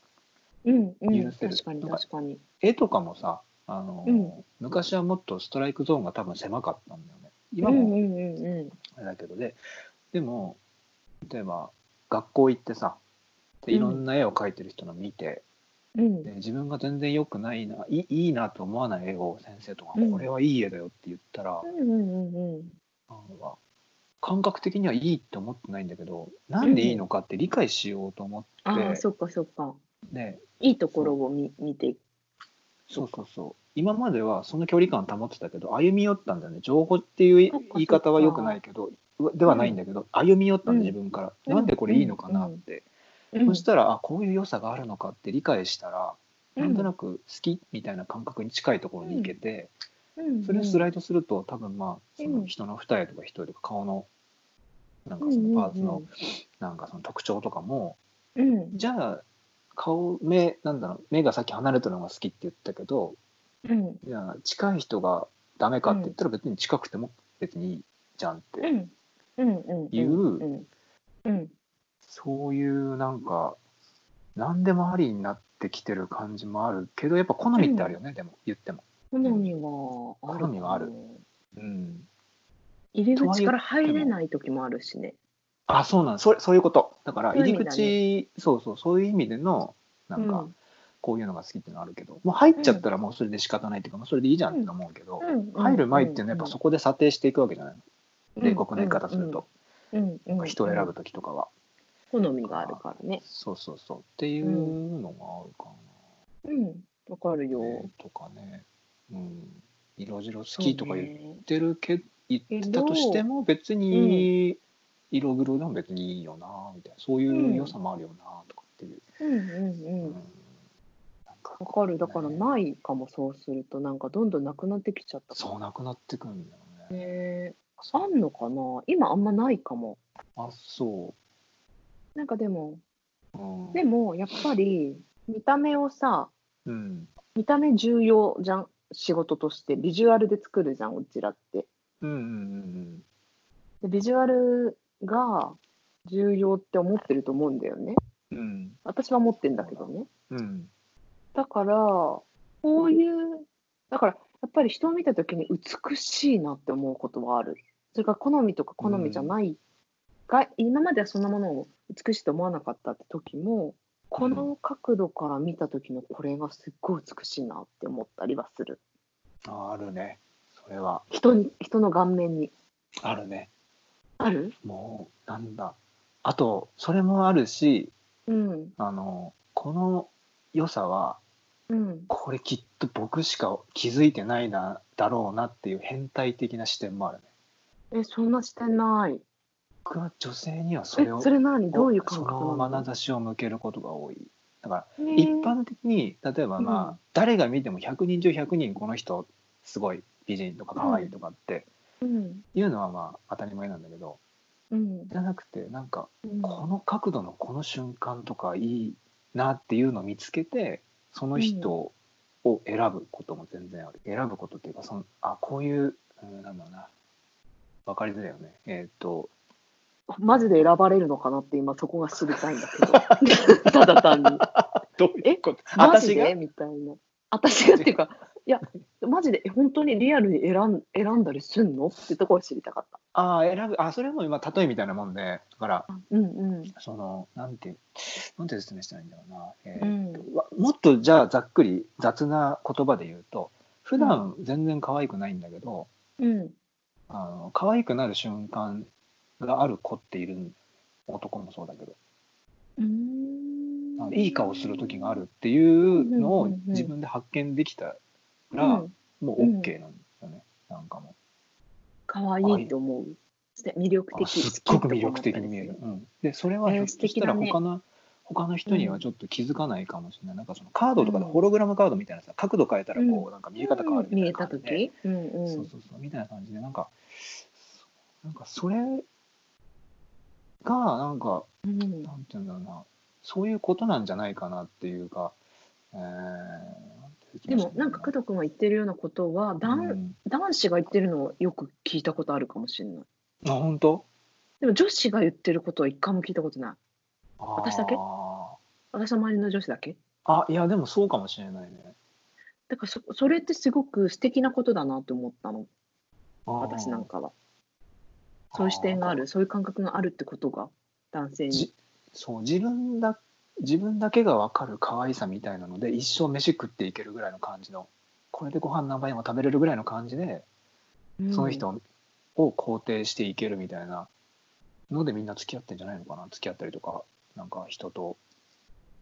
Speaker 2: て、うんうん、
Speaker 1: 許せる
Speaker 2: 確かに
Speaker 1: なんか
Speaker 2: 確かに。
Speaker 1: 絵とかもさあの、
Speaker 2: うん
Speaker 1: 昔はもっとストライクゾーンが多分狭かったんだよね今
Speaker 2: うん
Speaker 1: も
Speaker 2: うんうんうん
Speaker 1: あれだけどで、でも例えば学校行ってさでいろんな絵を描いてる人の見て、
Speaker 2: うん
Speaker 1: で自分が全然良くないないいいいなと思わない絵を先生とか、
Speaker 2: うん
Speaker 1: これはいい絵だよって言ったら、
Speaker 2: うんうんうんうん
Speaker 1: なんか感覚的にはいいって思ってないんだけどなんでいいのかって理解しようと思って、
Speaker 2: ああ、そっかそっか。
Speaker 1: で
Speaker 2: いいところを見見ていく。
Speaker 1: そうそうそう今まではその距離感保ってたけど歩み寄ったんだよね情報っていう
Speaker 2: そっかそっか
Speaker 1: 言い方は良くないけどうわではないんだけど、歩み寄ったん
Speaker 2: うん
Speaker 1: で自分から、
Speaker 2: うん
Speaker 1: なんでこれいいのかなって、
Speaker 2: うん
Speaker 1: そしたらあこういう良さがあるのかって理解したら、
Speaker 2: うん
Speaker 1: なんとなく好きみたいな感覚に近いところに行けて、
Speaker 2: うん
Speaker 1: それスライドすると多分まあそ
Speaker 2: うん
Speaker 1: の人の二重とか一重とか顔のなんか
Speaker 2: うん
Speaker 1: そ
Speaker 2: うん
Speaker 1: のパーツのなんかその特徴とかも、
Speaker 2: うんうん
Speaker 1: じゃあ顔目なんだろう目がさっき離れてるのが好きって言ったけど
Speaker 2: うん
Speaker 1: いや近い人がダメかって言ったら別に近くても別にいいじゃんって、
Speaker 2: うんうんうん
Speaker 1: いうん
Speaker 2: うん
Speaker 1: そういうなんか何でもありになってきてる感じもあるけどやっぱ好みってあるよね、でも言っても。
Speaker 2: 好みはある
Speaker 1: 好みはあるうん、
Speaker 2: 入り口から入れない時もあるしね
Speaker 1: あそうなんそれそういうことだから
Speaker 2: そうい
Speaker 1: 入
Speaker 2: う意
Speaker 1: り
Speaker 2: 味だね
Speaker 1: 口そうそうそういう意味でのなん
Speaker 2: う
Speaker 1: か
Speaker 2: ん
Speaker 1: こういうのが好きっていうのはあるけど、もう入っちゃったらもうそれで仕方ないっていうか、もうそれでいいじゃんって思うけど、
Speaker 2: うん
Speaker 1: 入る前っていうのはやっぱそこで査定していくわけじゃない、
Speaker 2: うん
Speaker 1: 冷酷な言い方すると、
Speaker 2: うんうんうん
Speaker 1: 人を選ぶ時とかは。
Speaker 2: 好みがあるからね
Speaker 1: そうそうそうっていうのがあるか
Speaker 2: うんわかる
Speaker 1: な、
Speaker 2: よ
Speaker 1: とかね、うん、色白好
Speaker 2: そうね
Speaker 1: きとか言ってるけ、言ってたとしても別に色黒でも別にいいよなみたいなそういう良さもあるよなとかっていう、
Speaker 2: うんうん
Speaker 1: う
Speaker 2: うん
Speaker 1: んなんか
Speaker 2: わかるだからないかもそうするとなんかどんどんなくなってきちゃった
Speaker 1: そうなくなってくんだよね。
Speaker 2: ねあんのかな今あんまないかも
Speaker 1: あそ
Speaker 2: なんかでも
Speaker 1: う、うん、
Speaker 2: でもやっぱり見た目をさ
Speaker 1: うん
Speaker 2: 見た目重要じゃん仕事としてビジュアルで作るじゃんうちらって
Speaker 1: うんうん
Speaker 2: でビジュアルが重要って思ってると思うんだよね
Speaker 1: うんうん
Speaker 2: 私は思ってんだけどね
Speaker 1: うん
Speaker 2: だからこういうだからやっぱり人を見た時に美しいなって思うことはあるそれから好みとか好みじゃない、が今まではそんなものを美しいと思わなかったって時もこの角度から見た時のこれがすっごい美しいなって思ったりはする
Speaker 1: ああるねそれは
Speaker 2: 人に人の顔面に
Speaker 1: あるね
Speaker 2: ある
Speaker 1: もうなんだあとそれもあるし
Speaker 2: うん
Speaker 1: あのこの良さは
Speaker 2: うん
Speaker 1: これきっと僕しか気づいてないなだろうなっていう変態的な視点もあるね
Speaker 2: えそんなしてない
Speaker 1: 僕は女性にはそ
Speaker 2: え
Speaker 1: れを
Speaker 2: それ何どういう感
Speaker 1: そ
Speaker 2: 覚
Speaker 1: の
Speaker 2: な
Speaker 1: 眼差しを向けることが多いだから
Speaker 2: の
Speaker 1: 一般的に例えばまあ、
Speaker 2: うん
Speaker 1: 誰が見ても100人中100人この人すごい美人とか可愛いとかって
Speaker 2: うん
Speaker 1: いうのはまあ当たり前なんだけど
Speaker 2: うん
Speaker 1: じゃなくてなんか
Speaker 2: うん
Speaker 1: この角度のこの瞬間とかいいなっていうのを見つけてその人を選ぶことも全然ある、選ぶことっていうかそのあこういう、うん、なんだろうな分かりづらいよねえっ、と
Speaker 2: マジで選ばれるのかなって今そこが知りたいんだ (laughs) けどただ単に
Speaker 1: どういうこと
Speaker 2: マジ
Speaker 1: 私
Speaker 2: で
Speaker 1: が
Speaker 2: みたいな私がっていうかいや (laughs) マジでえ本当にリアルに選ん選んだりすんのってところを知りたかった
Speaker 1: あー選ぶあそれも今例えみたいなもんでだから
Speaker 2: うんうん
Speaker 1: そのなんてなんて説明したらいいんだろうな、え
Speaker 2: う
Speaker 1: ー
Speaker 2: ん
Speaker 1: わもっとじゃあざっくり雑な言葉で言うと普段全然可愛くないんだけど、
Speaker 2: うん
Speaker 1: あの可愛くなる瞬間がある子っているん男もそうだけどあのいい顔する時があるっていうの
Speaker 2: うんう
Speaker 1: を
Speaker 2: んうん
Speaker 1: 自分で発見できたら、
Speaker 2: うん
Speaker 1: もう OK なんですよね、なんかも
Speaker 2: 可愛、いと思うそして魅力
Speaker 1: うあ
Speaker 2: 的
Speaker 1: すっごく
Speaker 2: 好き
Speaker 1: 魅
Speaker 2: とか思
Speaker 1: 力
Speaker 2: ったり
Speaker 1: 的
Speaker 2: す
Speaker 1: に見える、うん、でそれは
Speaker 2: えー
Speaker 1: ひょっとしたら
Speaker 2: 素敵だね
Speaker 1: 他の、他の人にはちょっと気づかないかもしれない、なんかそのカードとかでホログラムカードみたいなさ角度変えたらこう、
Speaker 2: う
Speaker 1: なんか見え方変わるみた
Speaker 2: 見
Speaker 1: い
Speaker 2: え
Speaker 1: な
Speaker 2: た
Speaker 1: 感じで、
Speaker 2: 時うんうん
Speaker 1: そうそうそうみたいな感じでなんかなんかそれがなんか
Speaker 2: うん
Speaker 1: なんていうんだろうな、そういうことなんじゃないかなっていうか、えーなんて説
Speaker 2: で
Speaker 1: 明したら
Speaker 2: も
Speaker 1: いい
Speaker 2: なんか工藤君が言ってるようなことは
Speaker 1: だろうな
Speaker 2: 男,、
Speaker 1: うん
Speaker 2: 男子が言ってるのをよく聞いたことあるかもしれない
Speaker 1: あ、本当
Speaker 2: でも女子が言ってることは一回も聞いたことない私だけ
Speaker 1: あ
Speaker 2: 私の周りの女子だけ
Speaker 1: ーあ、いや、でもそうかもしれないね。
Speaker 2: だからそそれってすごく素敵なことだなと思ったの私
Speaker 1: 私
Speaker 2: なんかはそういう視点があ。るそういう感覚があるってことが男性に
Speaker 1: じそう、自分だ、自分だけが分かる可愛さみたいなので、一生飯食っていけるぐらいの感じの、これでご飯何杯でも食べれるぐらいの感じで、その人を肯定していけるみたいなのでみんな付き合ってんじゃないのかな付き合ったりとかなんか人と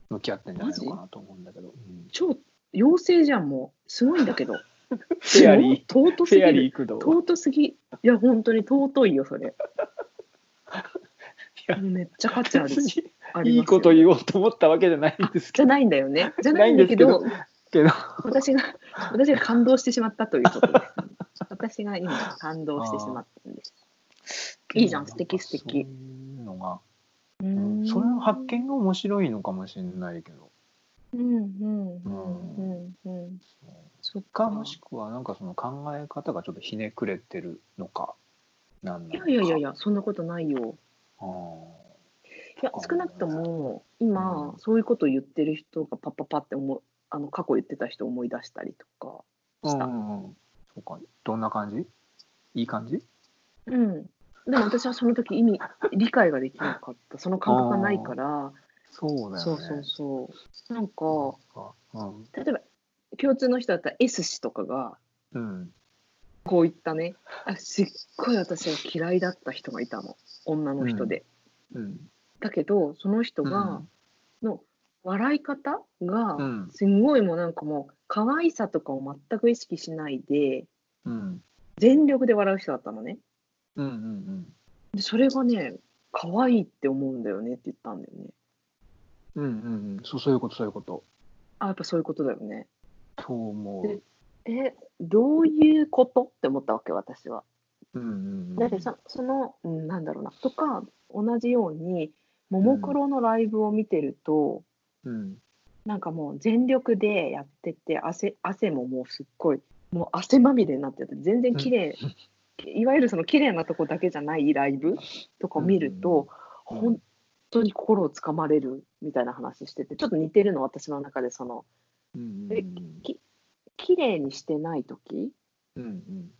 Speaker 1: 向き合ってんじゃないのかなと思うんだけど、うん
Speaker 2: 超妖精じゃんもうすごいんだけど
Speaker 1: (laughs) フェアリー
Speaker 2: すごい尊す
Speaker 1: フ
Speaker 2: ぎ
Speaker 1: ェアリ
Speaker 2: る
Speaker 1: ー駆動
Speaker 2: 尊すぎいや本当に尊いよ
Speaker 1: (laughs)
Speaker 2: それ
Speaker 1: や
Speaker 2: めっちゃ価値ある
Speaker 1: 別
Speaker 2: し
Speaker 1: に
Speaker 2: あり
Speaker 1: いい
Speaker 2: ますよ
Speaker 1: こと言おうと思ったわけじゃないんです
Speaker 2: じ
Speaker 1: け
Speaker 2: ゃ
Speaker 1: ど
Speaker 2: ないんだ
Speaker 1: (laughs)
Speaker 2: よねじゃないんだけど
Speaker 1: ないんけど
Speaker 2: 私が私が感動してしまったということです、 (laughs) 私が今感動してしまったんですいいじゃん素敵素敵
Speaker 1: そういうのが、
Speaker 2: う
Speaker 1: うんん、それの発見が面白いのかもしれないけど
Speaker 2: うんうんうんうんうんそっ
Speaker 1: か
Speaker 2: か
Speaker 1: もしくはなんかその考え方がちょっとひねくれてるのかなんな
Speaker 2: い
Speaker 1: の
Speaker 2: や
Speaker 1: か
Speaker 2: いやいやいやそんなことないよ
Speaker 1: あー
Speaker 2: いや
Speaker 1: そう
Speaker 2: 少なくとも今、そういうことを言ってる人がパッパッパって思うあの過去言ってた人を思い出したりとか
Speaker 1: う
Speaker 2: し
Speaker 1: んう
Speaker 2: た、
Speaker 1: んうんそうかどんな感じいい感じ
Speaker 2: うんでも私はその時意味理解ができなかったその感覚がないから
Speaker 1: そうだよね。
Speaker 2: そうそうそうなんか
Speaker 1: そっか
Speaker 2: 例えば共通の人だったら S 氏とかが
Speaker 1: うん。うん。
Speaker 2: こういったねあすっごい私が嫌いだった人がいたの女の人で、
Speaker 1: うん。
Speaker 2: だけどその人が、の笑い方が、
Speaker 1: うん。
Speaker 2: すんごいもうなんかもう可愛さとかを全く意識しないで
Speaker 1: うん。
Speaker 2: 全力で笑う人だったのね
Speaker 1: うん。うん。
Speaker 2: でそれがね可愛いって思うんだよねって言ったんだよね
Speaker 1: うん。うん。うん。そう、そういうこと、そういうこと。
Speaker 2: あやっぱそういうことだよね
Speaker 1: と思う。
Speaker 2: えどういうことって思ったわけ私は
Speaker 1: うん。うん。
Speaker 2: だってそその、うん、なんだろうなとか同じようにももクロのライブを見てると、
Speaker 1: うん。
Speaker 2: なんかもう全力でやってて汗汗ももうすっごいもう汗まみれになってて全然綺麗、いわゆるその綺麗なとこだけじゃないライブとかを見ると、
Speaker 1: うんうん
Speaker 2: 本当に心をつかまれるみたいな話しててちょっと似てるの私の中でその
Speaker 1: うん
Speaker 2: え綺麗にしてない時
Speaker 1: うんうん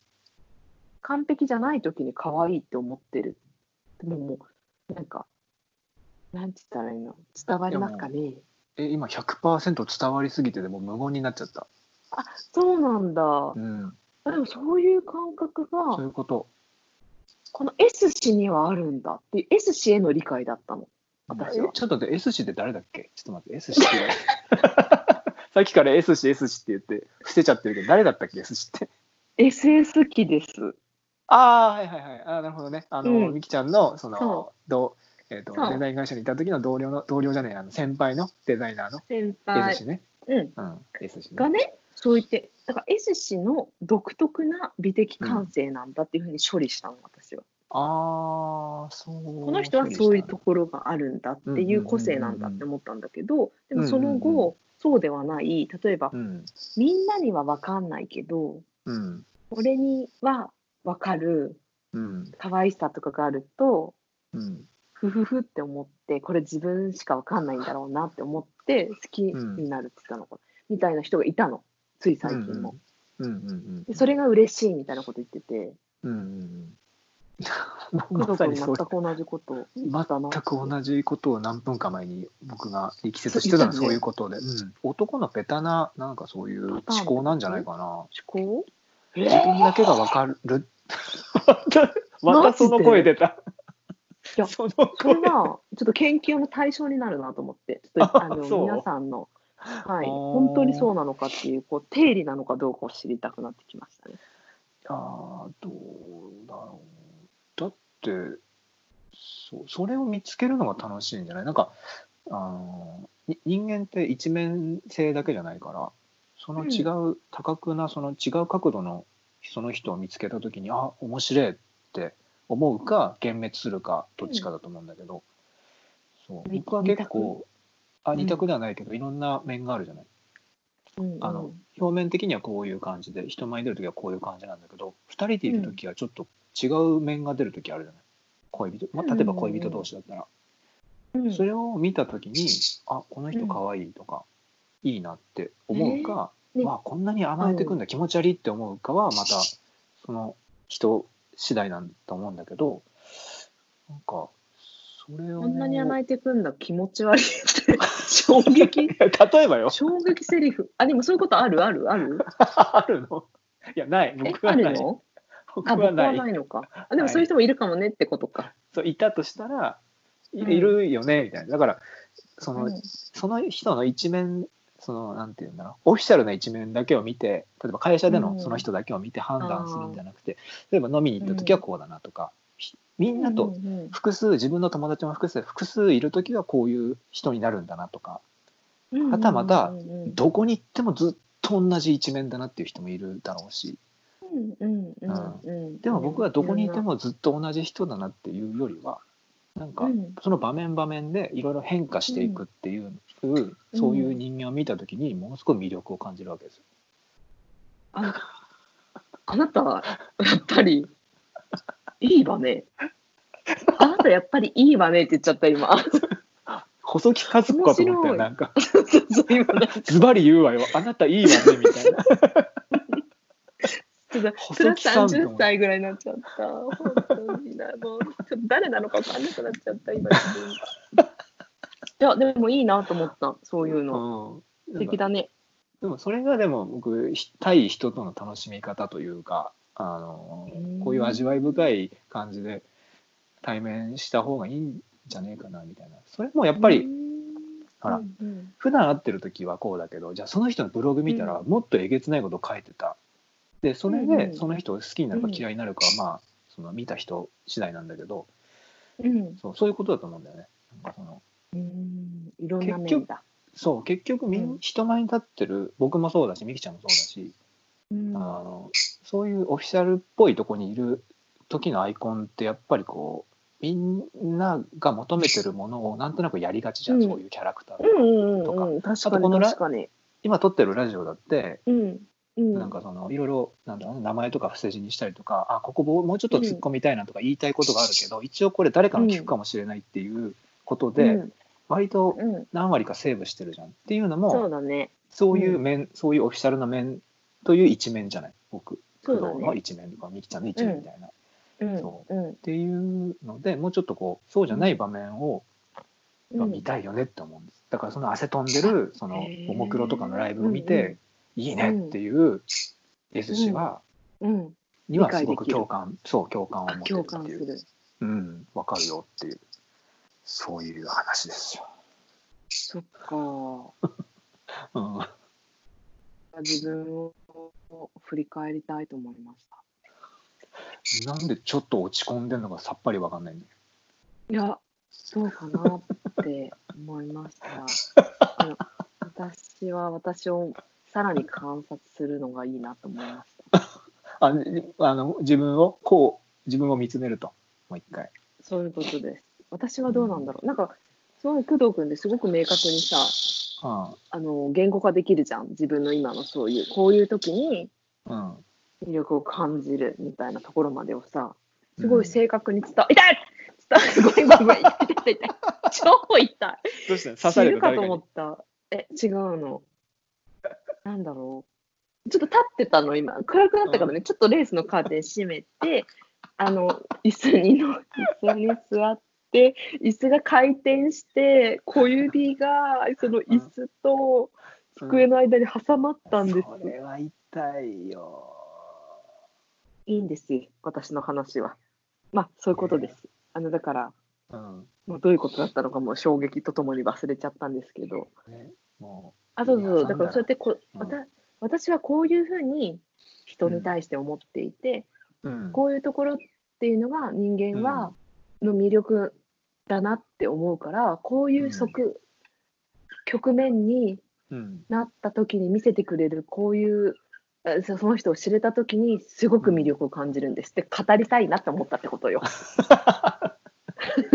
Speaker 2: 完璧じゃない時に可愛いって思ってるでももうなんかなんて言ったらいいの伝わりますかね
Speaker 1: え今100%伝わりすぎてでも無言になっちゃった、
Speaker 2: そうなんだ、
Speaker 1: うん、
Speaker 2: でもそういう感覚が
Speaker 1: そういうこと
Speaker 2: この S 氏にはあるんだっていう S 氏への理解だったの私は
Speaker 1: えちょっと待って S 氏って誰だっけちょっと待って S 氏ってさっきから S 氏 S 氏って言って伏せちゃってるけど誰だったっけ S 氏って
Speaker 2: SS 期です
Speaker 1: ああはいはいはいあーなるほどねあの、
Speaker 2: うん
Speaker 1: みきちゃんのその
Speaker 2: そ
Speaker 1: どう、えー、と
Speaker 2: そう
Speaker 1: デザイン会社にいた時の同僚の同僚じゃねえあの先輩のデザイナーの
Speaker 2: 先
Speaker 1: S 氏ね、
Speaker 2: うん、
Speaker 1: うん S 氏
Speaker 2: が
Speaker 1: ね
Speaker 2: ねそう言ってだから S 氏の独特な美的感性なんだっていうふうに処理したの私は、
Speaker 1: ああそう
Speaker 2: この人はそういうところがあるんだっていう個性なんだって思ったんだけどでもその後、
Speaker 1: うんうんう
Speaker 2: そうではない例えば、
Speaker 1: うん
Speaker 2: みんなには分かんないけど
Speaker 1: うん
Speaker 2: 俺には分かる
Speaker 1: うん
Speaker 2: 可愛さとかがあると
Speaker 1: うん
Speaker 2: ふふふって思ってこれ自分しか分かんないんだろうなって思って好きになるって言ったのかな、みたいな人がいたのつい最近も。
Speaker 1: うんうんうん
Speaker 2: でそれが嬉しいみたいなこと言ってて、
Speaker 1: うん
Speaker 2: (laughs)
Speaker 1: うんうん
Speaker 2: 工
Speaker 1: ま
Speaker 2: 藤
Speaker 1: さ
Speaker 2: 君
Speaker 1: にそ
Speaker 2: 全
Speaker 1: う
Speaker 2: く同じことを言ったな。
Speaker 1: 全く同じことを何分か前に僕が力説してたの
Speaker 2: そう
Speaker 1: そ
Speaker 2: 言
Speaker 1: う
Speaker 2: ってたね
Speaker 1: いうことで、うん、男のベタななんかそういう思
Speaker 2: パターンだよね
Speaker 1: 考なんじゃないかな
Speaker 2: 思考え
Speaker 1: 自分だけが分か (laughs) るまたその声出た
Speaker 2: いや
Speaker 1: その
Speaker 2: それ
Speaker 1: 声
Speaker 2: はちょっと研究の対象になるなと思って、ちょっとあの
Speaker 1: そう
Speaker 2: 皆さんの、はい、
Speaker 1: あー
Speaker 2: 本当にそうなのかっていうこう定理なのかどうかを知りたくなってきましたね。
Speaker 1: あーどうだろうだってそそれを見つけるのが楽しいんじゃないなんかあのに人間って一面性だけじゃないからその違う、多角なその違う角度のその人を見つけた時にあ面白いって思うか幻滅するかどっちかだと思うんだけど、そう
Speaker 2: み
Speaker 1: 僕は結構あ二択ではないけど、いろんな面があるじゃない。
Speaker 2: うんうん
Speaker 1: あの表面的にはこういう感じで人前に出る時はこういう感じなんだけど2人でいる時はちょっと違う面が出る時あるじゃない恋人、まあ、例えば恋人同士だったら、
Speaker 2: うん
Speaker 1: それを見た時にあこの人かわいいとか、いいなって思うか、
Speaker 2: えーね
Speaker 1: わあこんなに甘えてくんだ、気持ち悪いって思うかはまたその人次第なんだと思うんだけどなんかそれを
Speaker 2: こんなに甘えてくんだ気持ち悪いって衝
Speaker 1: (laughs)
Speaker 2: 撃
Speaker 1: 例えばよ
Speaker 2: 衝撃セリフあでもそういうことあるあるある
Speaker 1: あるのいやない
Speaker 2: え
Speaker 1: 僕
Speaker 2: あ
Speaker 1: は
Speaker 2: る
Speaker 1: ない
Speaker 2: の
Speaker 1: 僕
Speaker 2: あ僕
Speaker 1: は
Speaker 2: は
Speaker 1: ない
Speaker 2: ないのかあでもそういう人もいるかもねってことか、
Speaker 1: そういたとしたらい
Speaker 2: うん
Speaker 1: いるよねみたいなだからその,、
Speaker 2: うん
Speaker 1: その人の一面そのなんていうんだろうオフィシャルな一面だけを見て例えば会社で
Speaker 2: う
Speaker 1: の
Speaker 2: ん
Speaker 1: その人だけを見て判断するんじゃなくて、例えば飲みに行った時はこうだなとか、ひみんな
Speaker 2: う
Speaker 1: と
Speaker 2: んうん
Speaker 1: 複数自分の友達も含めて複数いる時はこういう人になるんだなとか
Speaker 2: うん
Speaker 1: はたまた
Speaker 2: うんうんうん
Speaker 1: どこに行ってもずっと同じ一面だなっていう人もいるだろうし
Speaker 2: うんうんうんうん
Speaker 1: でも僕はどこにいてもずっと同じ人だなっていうよりはなんか
Speaker 2: うん
Speaker 1: その場面場面でいろいろ変化していくっていう、そういう人間を見た時にものすごい魅力を感じるわけですよ。
Speaker 2: ああなたはやっぱりいいわねあなたやっぱりいいわねって言っちゃった今
Speaker 1: 細木和子かと思った
Speaker 2: 面白
Speaker 1: よ
Speaker 2: い
Speaker 1: なんか
Speaker 2: そうそう今ね
Speaker 1: ズバリ言うわよあなたいいわねみたいな
Speaker 2: ちょっとプ
Speaker 1: 細
Speaker 2: ラ
Speaker 1: 木
Speaker 2: ス
Speaker 1: さんと思う
Speaker 2: 30歳ぐらいになっちゃった本当になもうちょっと誰なのか分かんなくなっちゃった今自分がいやでもいいなと思った (laughs) そういうの
Speaker 1: うん
Speaker 2: 素
Speaker 1: なん
Speaker 2: 敵
Speaker 1: か
Speaker 2: だね
Speaker 1: でもそれがでも僕ひ対人との楽しみ方というかあの
Speaker 2: うん
Speaker 1: こういう味わい深い感じで対面した方がいいんじゃねえかなみたいなそれもやっぱりほら
Speaker 2: うんうん
Speaker 1: 普段会ってる時はこうだけどじゃあその人のブログ見たらもっとえげつないこと書いてた、でそれ
Speaker 2: うんう
Speaker 1: で
Speaker 2: ん
Speaker 1: その人を好きになるか
Speaker 2: うん
Speaker 1: 嫌いになるかはまあその見た人次第なんだけど
Speaker 2: うん
Speaker 1: そうそういうことだと思うんだよね。なんかその
Speaker 2: うんいろんな面だ
Speaker 1: そう結局みん、
Speaker 2: うん
Speaker 1: 人前に立ってる僕もそうだしみきちゃんもそうだし、
Speaker 2: うん
Speaker 1: あのそういうオフィシャルっぽいとこにいる時のアイコンってやっぱりこうみんなが求めてるものをなんとなくやりがちじゃん、
Speaker 2: うん
Speaker 1: そういうキャラクター、
Speaker 2: うんうん
Speaker 1: と
Speaker 2: うん、確
Speaker 1: あと
Speaker 2: か
Speaker 1: この
Speaker 2: に
Speaker 1: ラ
Speaker 2: 確かに。
Speaker 1: 今撮ってるラジオだって
Speaker 2: うん、うん
Speaker 1: なんかそのいろいろなんだろうな名前とか伏せ字にしたりとかあここもうちょっと突っ込みたいなとか言いたいことがあるけど、一応これ誰かの聞くかもしれないっていうことで、
Speaker 2: うん
Speaker 1: 割と
Speaker 2: うん、
Speaker 1: 何割かセーブしてるじゃんっていうのも
Speaker 2: そうだね。
Speaker 1: そういう面、そういうオフィシャルな面という一面じゃない僕工
Speaker 2: そうだ
Speaker 1: 藤の
Speaker 2: ね。
Speaker 1: 一面とかみきちゃんの一面みたいな、っ
Speaker 2: うん
Speaker 1: そ
Speaker 2: うん
Speaker 1: ていうのでもうちょっとこうそうじゃない場面を
Speaker 2: う
Speaker 1: 見
Speaker 2: ん。
Speaker 1: たいよねって思うんです、だからその汗飛んでるその
Speaker 2: へー
Speaker 1: ももクロとかのライブを見
Speaker 2: うんう
Speaker 1: て、いいねっていう絵寿司は、
Speaker 2: うん。
Speaker 1: にはすごく
Speaker 2: 理解できる
Speaker 1: 共感そう共感を持ってる
Speaker 2: 共
Speaker 1: っ
Speaker 2: 感
Speaker 1: て
Speaker 2: す
Speaker 1: いう
Speaker 2: る。
Speaker 1: うん、わかるよっていうそういう話ですよ、
Speaker 2: そっか。
Speaker 1: うん、
Speaker 2: 自分を振り返りたいと思いました。
Speaker 1: なんでちょっと落ち込んでるのかさっぱりわかんないんだよ
Speaker 2: いや、そうかなって思いました。
Speaker 1: (laughs)
Speaker 2: あの私は私をさらに観察するのがいいなと思いました。
Speaker 1: あにあの自分をこう自分を見つめるともう一回
Speaker 2: そういうことです。私はどうなんだろう。なんか、そういう工藤君ですごく明確にさ、
Speaker 1: うん
Speaker 2: あの言語化できるじゃん。自分の今のそういう、こういう時に
Speaker 1: うん
Speaker 2: 魅力を感じるみたいなところまでをさ、
Speaker 1: うん
Speaker 2: すごい正確に伝わ、痛い伝わ、ごめんごめん、痛い痛い痛い。超痛い。
Speaker 1: どうした刺さ
Speaker 2: 死
Speaker 1: れ
Speaker 2: ぬ
Speaker 1: る
Speaker 2: か
Speaker 1: 誰
Speaker 2: と
Speaker 1: か
Speaker 2: 思
Speaker 1: に
Speaker 2: った。え、違うの。なんだろう。ちょっと立ってたの、今。暗くなったからね、ちょっとレースのカーテン閉めて、あの、椅子にの、椅子に座って、椅子が回転して、小指が、その椅子と机の間に挟まったんです。
Speaker 1: それは痛いよ
Speaker 2: いいんですよ、私の話は。まあ、そういうことです。あの、だから、
Speaker 1: うん
Speaker 2: もうどういうことだったのかも衝撃とともに忘れちゃったんですけど。
Speaker 1: ねも
Speaker 2: あ、そうそうそう。だ
Speaker 1: 皆さん
Speaker 2: からそうやってこ、
Speaker 1: うん
Speaker 2: わた私はこういうふうに人に対して思っていて、
Speaker 1: う、うん、
Speaker 2: こういうところっていうのが人間は、の魅力だなって思うから、こういう側、局面に
Speaker 1: うん
Speaker 2: なった時に見せてくれる、こういう、あそその人を知れた時にすごく魅力を感じるんですって語りたいなって思ったってことよ。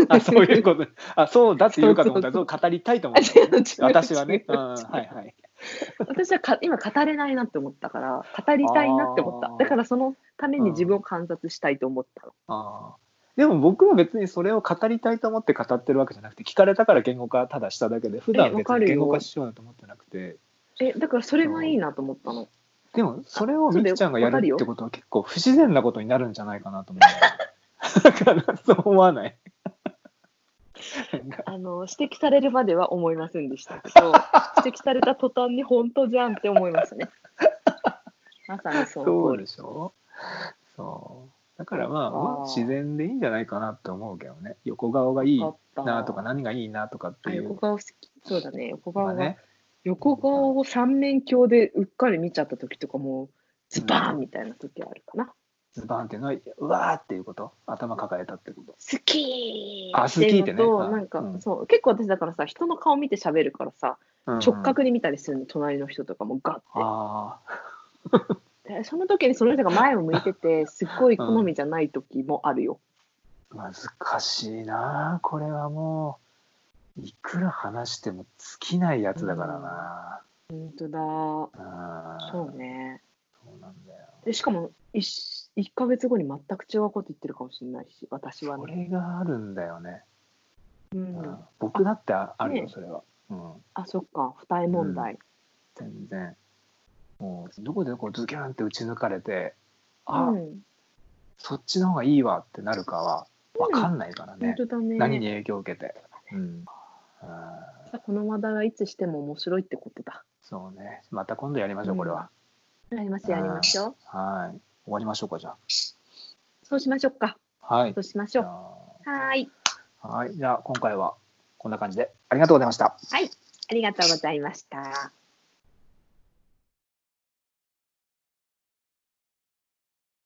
Speaker 1: あそういうことあそうだって言うかと思ったらそう語りたいと思
Speaker 2: (laughs)
Speaker 1: った私はね、
Speaker 2: 違
Speaker 1: う、
Speaker 2: うん違う
Speaker 1: はいはい
Speaker 2: 私はか今語れないなって思ったから語りたいなって思っ
Speaker 1: あ
Speaker 2: た
Speaker 1: ー
Speaker 2: だからそのために自分を観察したいと思ったの
Speaker 1: あーでも僕も別にそれを語りたいと思って語ってるわけじゃなくて聞かれたから言語化ただしただけで普段
Speaker 2: えわ
Speaker 1: 別
Speaker 2: かる
Speaker 1: に
Speaker 2: よ
Speaker 1: 言語化しようなんて思ってなくて
Speaker 2: えだからそれがいいなと思ったの
Speaker 1: でもそれを
Speaker 2: そ
Speaker 1: み
Speaker 2: うだよ
Speaker 1: きちゃんがや
Speaker 2: わかる
Speaker 1: る
Speaker 2: よ
Speaker 1: ってことは結構不自然なことになるんじゃないかなと思うだからそう思わない
Speaker 2: あの指摘されるまでは思いませんでしたけ (laughs) ど指摘された途端に本当じゃんって思いましたね (laughs) まさに (laughs) そう
Speaker 1: そうでしょそうだからまあま
Speaker 2: あー
Speaker 1: あ自然でいいんじゃないかなって思うけどね横顔がいいなとか何がいいなとかって
Speaker 2: あ
Speaker 1: い
Speaker 2: 横
Speaker 1: う
Speaker 2: 顔好きそうだね横
Speaker 1: の
Speaker 2: 顔
Speaker 1: が
Speaker 2: が、
Speaker 1: ね
Speaker 2: 横顔を三面鏡でうっかり見ちゃった時とかもうズバーンみたいな時あるかな、
Speaker 1: ズバンっていうのはうわーっていうこと頭抱えたってこと
Speaker 2: 好き
Speaker 1: あ
Speaker 2: っていうのと
Speaker 1: 好きってね
Speaker 2: なんか、
Speaker 1: うん
Speaker 2: そう結構私だからさ人の顔見て喋るからさ、直角に見たりするの隣の人とかもガッて
Speaker 1: ああ
Speaker 2: でその時にその人が前を向い
Speaker 1: (laughs)
Speaker 2: ててすっごい好みじゃない時もあるよ、
Speaker 1: 難しいなこれはもういくら話しても尽きないやつだからな、
Speaker 2: 本当
Speaker 1: あ
Speaker 2: だ
Speaker 1: ー
Speaker 2: そうね
Speaker 1: そうなんだよ
Speaker 2: でしかも 1, 一ヶ月後に全く違うこと言ってるかもしれないし私は
Speaker 1: これ
Speaker 2: ね、
Speaker 1: があるんだよね、
Speaker 2: う
Speaker 1: うんん、僕だってああるよ
Speaker 2: ね
Speaker 1: それは、うん、
Speaker 2: あそっか二重問題、
Speaker 1: 全然もうどこでこうズキュンって打ち抜かれて
Speaker 2: う
Speaker 1: あ、
Speaker 2: ん
Speaker 1: そっちの方がいいわってなるかは分かんないからね
Speaker 2: 本、当だね
Speaker 1: 何に影響を受けて、うん、あー
Speaker 2: この話題はいつしても面白いってことだ
Speaker 1: そうね。また今度やりましょう、これは。
Speaker 2: やりますやりましょう
Speaker 1: はい。終わりましょうか、じゃ
Speaker 2: そうしましょうか
Speaker 1: あ。はい
Speaker 2: そ。うしまし
Speaker 1: じ
Speaker 2: ょ
Speaker 1: ゃ
Speaker 2: うはーい
Speaker 1: あはい。じゃあ、今回はこんな感じでありがとうございました。
Speaker 2: ありがとうございました。